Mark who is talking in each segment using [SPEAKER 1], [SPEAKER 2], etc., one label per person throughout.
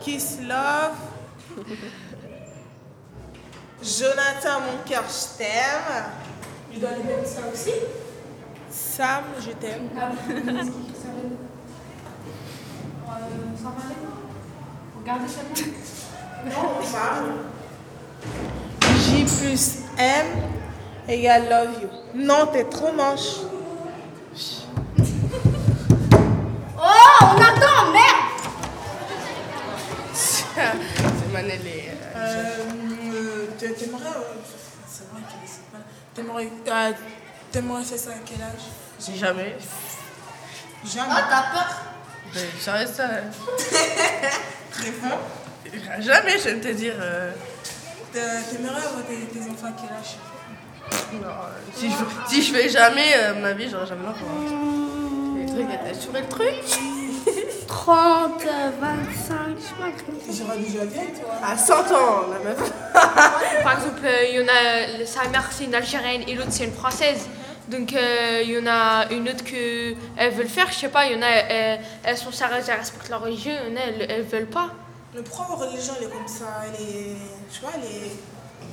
[SPEAKER 1] Kiss Love. Jonathan, mon cœur, je t'aime.
[SPEAKER 2] Je dois les mettre ça aussi
[SPEAKER 1] Sam, je t'aime.
[SPEAKER 2] Ah, oui, qu'est-ce qui s'appelle Euh, sans parler Regardez chacun.
[SPEAKER 1] Non, on parle. J plus M égale love you. Non, t'es trop moche.
[SPEAKER 3] Oh, on attend, merde
[SPEAKER 1] Euh, euh, t'aimerais. euh, c'est vrai qu'elle sait pas. T'aimerais. euh, t'aimerais faire ça à quel âge
[SPEAKER 4] Si jamais.
[SPEAKER 3] Oh,
[SPEAKER 1] Jamais.
[SPEAKER 3] t'as peur
[SPEAKER 4] Ben, J'arrête ça.
[SPEAKER 1] Réponds.
[SPEAKER 4] Jamais, je vais te dire. euh,
[SPEAKER 1] Euh, T'aimerais avoir tes, tes enfants à quel âge
[SPEAKER 4] non, euh, si, je, si je fais jamais euh, ma vie, j'aurai jamais d'enfant. Les trucs, elle t'a assuré le truc
[SPEAKER 5] 30, 25, je sais pas.
[SPEAKER 1] J'aurais déjà vieille, tu vois.
[SPEAKER 4] À 100 ans, la meuf.
[SPEAKER 6] Par exemple, euh, il y en a, euh, sa mère c'est une Algérienne et l'autre c'est une Française. Donc euh, il y en a une autre que elles veulent faire, je sais pas, il y en a, elles, elles sont sérieuses, elles respectent leur religion, il y en a, elles, elles veulent pas.
[SPEAKER 1] Le propre religion, elle est comme ça. Elle est. Tu vois, elle est.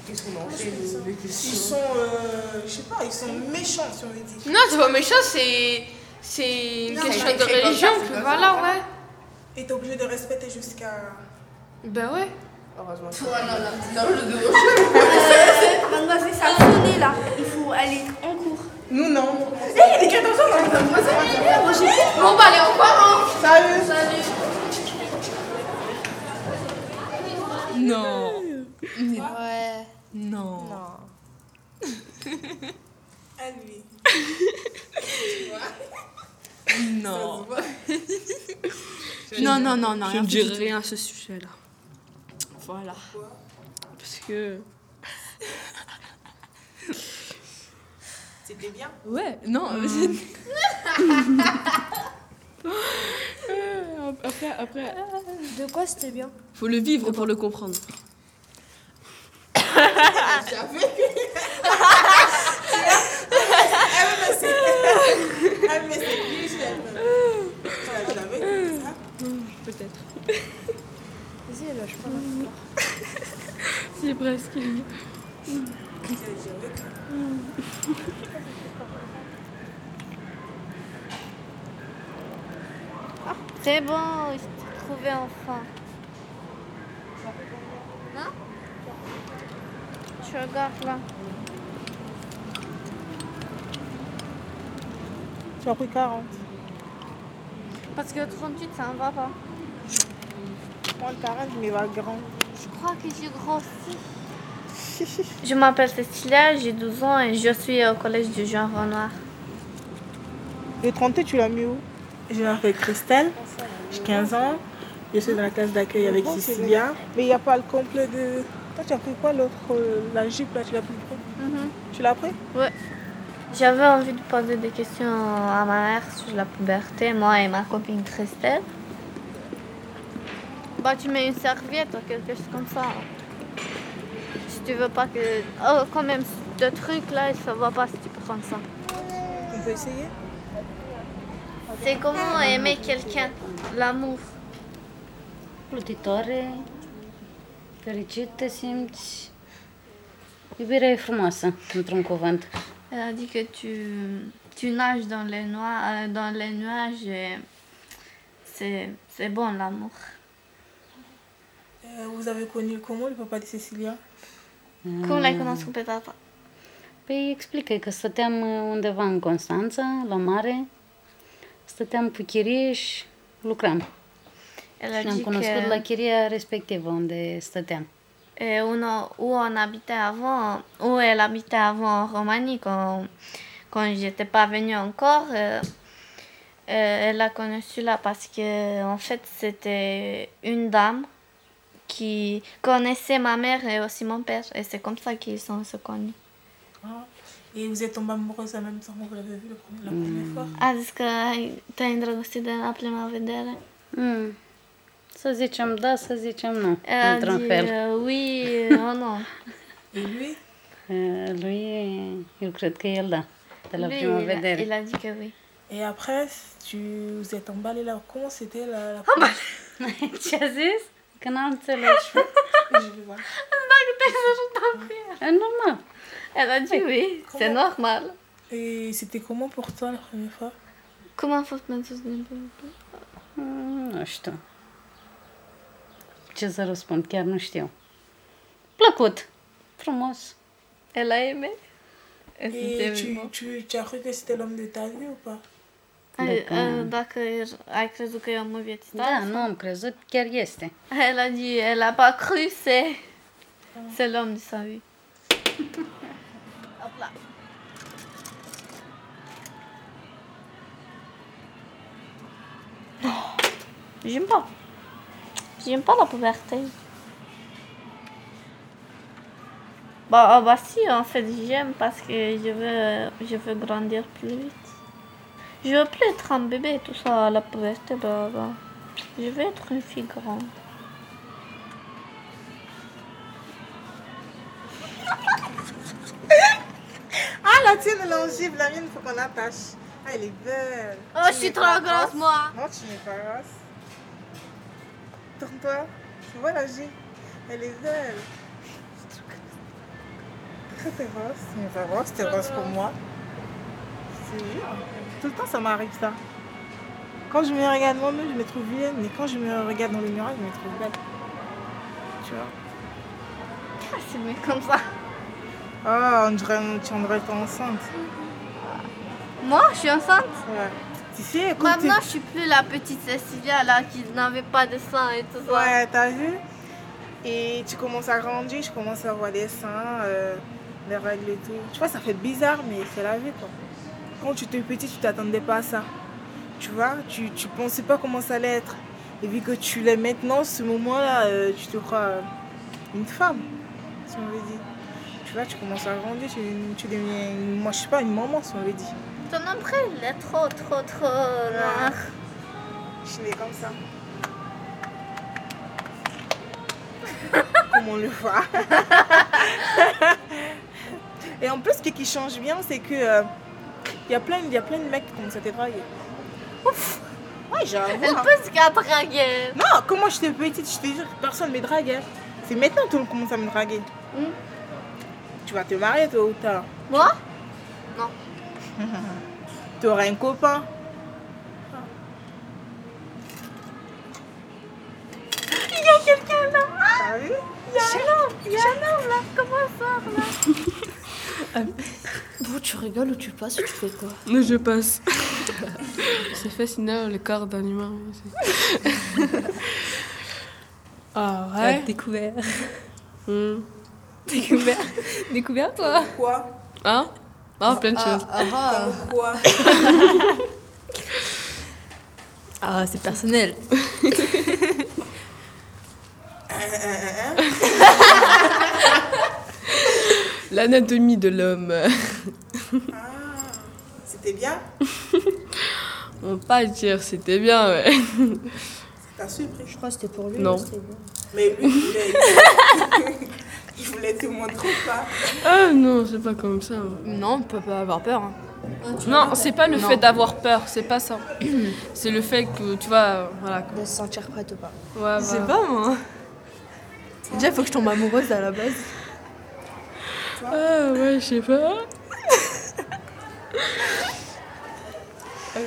[SPEAKER 4] Qu'est-ce qu'on en
[SPEAKER 1] Ah,
[SPEAKER 4] fait de- de
[SPEAKER 1] Ils
[SPEAKER 4] questions
[SPEAKER 1] sont. euh, je sais pas, ils sont méchants, si on veut dire.
[SPEAKER 6] Non, c'est pas méchant, c'est c'est une
[SPEAKER 1] Non,
[SPEAKER 6] question
[SPEAKER 1] c'est
[SPEAKER 6] de
[SPEAKER 4] écrit comme
[SPEAKER 6] religion,
[SPEAKER 4] ça, c'est
[SPEAKER 6] puis
[SPEAKER 4] comme ça,
[SPEAKER 6] voilà,
[SPEAKER 4] voilà.
[SPEAKER 6] ouais.
[SPEAKER 1] Et t'es obligé de respecter jusqu'à.
[SPEAKER 6] Ben ouais.
[SPEAKER 4] Heureusement.
[SPEAKER 3] Oh là là.
[SPEAKER 4] Non, je devrais.
[SPEAKER 5] Mademoiselle, ça a sonné là. Il faut aller en cours.
[SPEAKER 1] Nous, non. Hé, il est 14 ans, on est
[SPEAKER 6] Bon bah allez, au revoir hein.
[SPEAKER 1] Salut
[SPEAKER 3] Ouais.
[SPEAKER 1] À lui.
[SPEAKER 7] Non. non, non, non, non. Je ne dirai rien à ce sujet-là. Voilà. Parce que.
[SPEAKER 1] C'était bien.
[SPEAKER 7] Ouais, non. Euh, après, après.
[SPEAKER 5] De quoi c'était bien
[SPEAKER 7] Faut le vivre pour le comprendre.
[SPEAKER 1] Ah, mais c'est. ah, mais c'est lui, je l'aime. Voilà, je l'avais comme ça.
[SPEAKER 7] Peut-être.
[SPEAKER 5] Vas-y, lâche pas.
[SPEAKER 7] C'est presque.
[SPEAKER 5] C'est bon, je t'ai trouvé enfin. Non Tu regardes là.
[SPEAKER 1] Tu as pris 40.
[SPEAKER 5] Parce que 38, ça ne va pas.
[SPEAKER 1] Moi, le 40, mais va grand.
[SPEAKER 5] Je crois que j'ai grossi. Je m'appelle Cécilia, j'ai 12 ans et je suis au collège du Jean Renoir.
[SPEAKER 1] Le 30, tu l'as mis où Je m'appelle Christelle, j'ai 15 ans. Je suis dans la classe d'accueil avec Cécilia. Mais il n'y a pas le complet de. Toi, tu as pris quoi l'autre euh, La jupe, là, tu l'as pris quoi Tu l'as pris
[SPEAKER 5] J'avais envie de poser des questions à ma mère sur la puberté, moi et ma copine Christelle. Bah, tu mets une serviette ou quelque chose comme ça. hein. Si tu veux pas que. Oh, quand même, ce truc là, ça va pas si tu prends ça.
[SPEAKER 1] On peut essayer
[SPEAKER 5] C'est comment aimer quelqu'un, l'amour.
[SPEAKER 8] plutitoare, fericită, simți iubirea e frumoasă, într-un cuvânt.
[SPEAKER 5] Elle a dit que tu, tu nages dans les, nois- euh, dans les nuages et c'est, c'est bon l'amour.
[SPEAKER 1] Euh, Vous avez connu comment le papa de Cécilia
[SPEAKER 5] Cum l-ai cunoscut pe tata?
[SPEAKER 8] Păi explică că stăteam uh, undeva în Constanța, la mare, stăteam pe chirie și lucram.
[SPEAKER 5] Elle a
[SPEAKER 8] Și ne-am
[SPEAKER 5] dit
[SPEAKER 8] cunoscut la
[SPEAKER 5] que
[SPEAKER 8] chiria respectivă unde stăteam.
[SPEAKER 5] euh, où, on- où on habitait avant, où elle habitait avant en Roumanie quand, quand j'étais pas venue encore, euh, euh, elle a connu là parce que en fait c'était une dame qui connaissait ma mère et aussi mon père et c'est comme ça qu'ils sont se connus.
[SPEAKER 1] Ah. Et vous êtes tombée amoureuse en même temps, vous l'avez vu le premier- la première fois
[SPEAKER 5] A zis că ai- te-ai îndrăgostit de la prima vedere.
[SPEAKER 8] Mm. Să zicem da, să zicem nu,
[SPEAKER 5] El a
[SPEAKER 8] într-un
[SPEAKER 5] zis,
[SPEAKER 8] fel.
[SPEAKER 5] "Uh, oui, oh non.
[SPEAKER 1] Et lui
[SPEAKER 8] Uh, Lui, eu cred că el da, de la
[SPEAKER 5] Lui,
[SPEAKER 8] prima
[SPEAKER 5] il a-
[SPEAKER 8] vedere.
[SPEAKER 5] Il a dit que oui.
[SPEAKER 1] Et Ah, bah. après, tu vous êtes emballé là. Comment c'était la, la première
[SPEAKER 8] Ce a zis? Că n-am înțeles.
[SPEAKER 5] Dacă te-ai ajutat cu ea.
[SPEAKER 8] E normal.
[SPEAKER 5] Elle a dit oui, c'est normal.
[SPEAKER 1] Et c'était comment pour toi la première fois
[SPEAKER 5] Comment a fost pentru tine?
[SPEAKER 8] Mm, Nu știu. Ce să răspund, chiar nu știu. Plăcut. Frumos.
[SPEAKER 5] Elle a aimé. Elle
[SPEAKER 1] Et
[SPEAKER 5] s'était
[SPEAKER 1] tu, tu, tu as cru que c'était l'homme de ta vie ou pas
[SPEAKER 5] Ai, a, dacă er- ai crezut că eu am o vieții
[SPEAKER 8] Da, nu am crezut, chiar este.
[SPEAKER 5] Elle a dit, elle a pas cru, c'est... C'est l'homme de sa vie. Hop là. Oh, J'aime pas. J'aime pas la puberté. Bah, ah bah si, en fait, j'aime parce que je veux, je veux grandir plus vite. Je veux plus être un bébé, tout ça, à la puberté, bah, bah. Je veux être une fille grande.
[SPEAKER 1] Ah, la tienne, elle est en givre, la mienne, il faut qu'on attache. Ah, elle est belle.
[SPEAKER 5] Oh,
[SPEAKER 1] Tu
[SPEAKER 5] je suis
[SPEAKER 1] n'es
[SPEAKER 5] trop
[SPEAKER 1] pas
[SPEAKER 5] grosse, moi.
[SPEAKER 1] Non, tu n'es pas grosse. Tourne-toi. Tu vois la givre Elle est belle. Très t'es grosse. Tu n'es pas grosse, t'es grosse pour moi. Je te jure. Tout le temps, ça m'arrive ça. Quand je me regarde moi-même, je me trouve vieille, mais quand je me regarde dans le miroir, je me trouve belle. Tu vois
[SPEAKER 5] Ah, c'est mieux comme ça.
[SPEAKER 1] Ah, on dirait, tu on dirait que t'es enceinte.
[SPEAKER 5] Moi, je suis enceinte.
[SPEAKER 1] Ouais. Tu sais, quand t'es-
[SPEAKER 5] Maintenant, je suis plus la petite Cecilia là qui n'avait pas de sang et tout ça.
[SPEAKER 1] Ouais, t'as vu Et tu commences à grandir, je commence à avoir des seins, euh, des règles et tout. Tu vois, ça fait bizarre, mais c'est la vie, quoi. Quand tu étais petit, tu t'attendais pas à ça. Tu vois, tu, tu pensais pas comment ça allait être. Et vu que tu l'es maintenant, ce moment-là, euh, tu te crois euh, une femme, si on veut dire. Tu vois, tu commences à grandir, tu, tu deviens, une- moi, je sais pas, une maman, si on veut dire.
[SPEAKER 5] Ton ombre, il est trop, trop, trop noir.
[SPEAKER 1] Je suis née comme ça. Comme on le voit. Et en plus, ce qui change bien, c'est que euh, il y a plein il y a plein de mecs qui commencent à te draguer. Ouf Ouais, j'avoue.
[SPEAKER 5] Elle
[SPEAKER 1] hein.
[SPEAKER 5] peut se draguer.
[SPEAKER 1] Non, comment j'étais petite, je te jure, personne ne me draguait. C'est maintenant que tout le monde commence à me draguer.
[SPEAKER 5] Hmm.
[SPEAKER 1] Tu vas te marier, toi ou tard.
[SPEAKER 5] Moi
[SPEAKER 1] Tu auras un copain. Il y a quelqu'un là.
[SPEAKER 5] Il y a un homme là, comment ça là
[SPEAKER 3] Bon, tu rigoles ou tu passes ou tu fais quoi
[SPEAKER 7] Non, je passe. C'est fascinant le corps d'un humain. c'est- ah ouais
[SPEAKER 9] Découvert.
[SPEAKER 7] Hmm.
[SPEAKER 9] Découvert. Découvert, toi
[SPEAKER 2] Quoi
[SPEAKER 7] Hein Ah, plein de choses.
[SPEAKER 2] Quoi
[SPEAKER 9] Ah, c'est personnel.
[SPEAKER 7] L'anatomie de l'homme.
[SPEAKER 1] C'était bien.
[SPEAKER 7] On va pas dire, c'était bien, ouais.
[SPEAKER 1] T'as surpris.
[SPEAKER 3] Je crois que c'était pour lui.
[SPEAKER 7] Non.
[SPEAKER 3] mais c'était bon.
[SPEAKER 1] Mais lui, il voulait, il voulait te montrer ou pas
[SPEAKER 7] Ah non, c'est pas comme ça. hein.
[SPEAKER 9] Non, on peut pas avoir peur. hein.
[SPEAKER 3] Ah,
[SPEAKER 7] Non, c'est pas le fait d'avoir peur, c'est pas ça. C'est le fait que, tu vois, voilà.
[SPEAKER 3] De se sentir prête ou pas.
[SPEAKER 7] Ouais,
[SPEAKER 9] Je
[SPEAKER 7] voilà.
[SPEAKER 9] sais pas, moi. Déjà, faut que je tombe amoureuse à la base.
[SPEAKER 7] Ah ouais, je sais pas.
[SPEAKER 3] Ah,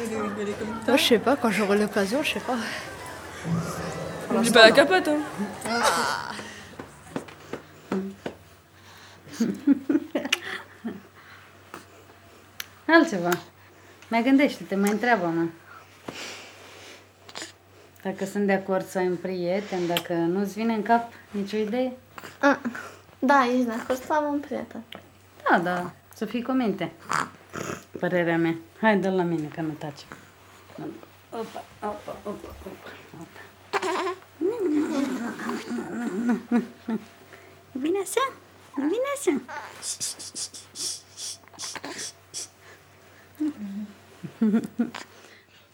[SPEAKER 9] Moi, je sais pas, quand j'aurai l'occasion, je sais pas.
[SPEAKER 7] J'ai pas la capote, hein.
[SPEAKER 8] Altceva. Mai gândește-te, mai întreabă-mă. Dacă sunt de acord să ai un prieten, dacă nu-ți vine în cap nicio idee,
[SPEAKER 5] Da, ești de acord să am un prieten.
[SPEAKER 8] da, da, să fii cu minte. Părerea mea. Hai, dă la mine, că nu taci. Opa, opa, opa, opa, opa. Vine așa, vine așa.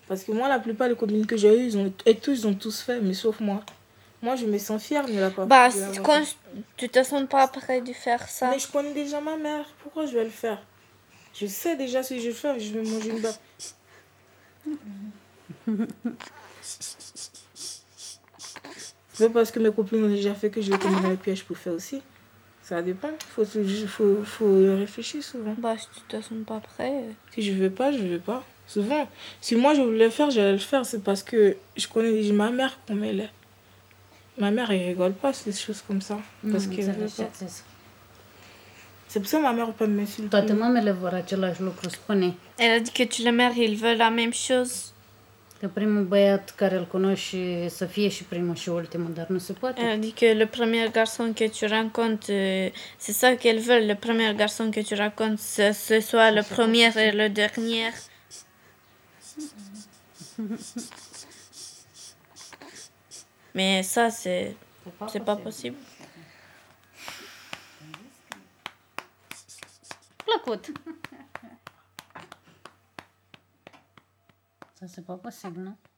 [SPEAKER 1] Parce que moi, la plupart des copines que j'ai eues, ils ont, et tous, ils ont tous fait, mais sauf moi. Moi, je me sens fière de la part.
[SPEAKER 5] Bah,
[SPEAKER 1] de l'avoir
[SPEAKER 5] quand tu te sens pas prêt de faire
[SPEAKER 1] fait.
[SPEAKER 5] ça.
[SPEAKER 1] Mais je connais déjà ma mère. Pourquoi je vais le faire Je sais déjà si je le fais, je vais manger une balle. C'est pas parce que mes copines ont déjà fait que je vais tomber dans le piège pour faire aussi. Ça dépend. Faut, toujours- faut, faut réfléchir souvent.
[SPEAKER 5] Bah, si tu te sens pas prêt.
[SPEAKER 1] Si je veux pas, je veux pas. Souvent, si moi je voulais le faire, j'allais le faire. C'est parce que je connais déjà ma mère comme elle est. Ma mère, elle rigole pas sur des choses comme ça. Parce que c'est pour ça que ma mère peut pas m'insulter.
[SPEAKER 8] Toate mamele vor același lucru, spune
[SPEAKER 5] Elle a dit que tu les mères, ils veulent la même chose.
[SPEAKER 8] că primul băiat care îl cunoști să fie și primul și ultimul, dar nu se poate.
[SPEAKER 5] Elle a dit que le premier garçon que tu rencontres, euh, c'est ça qu'elles veulent. Le premier garçon que tu rencontres, ce, ce soit le premier et le dernier. Mais ça, c'est c'est pas possible.
[SPEAKER 8] Plăcut. Să se poate posibil, nu?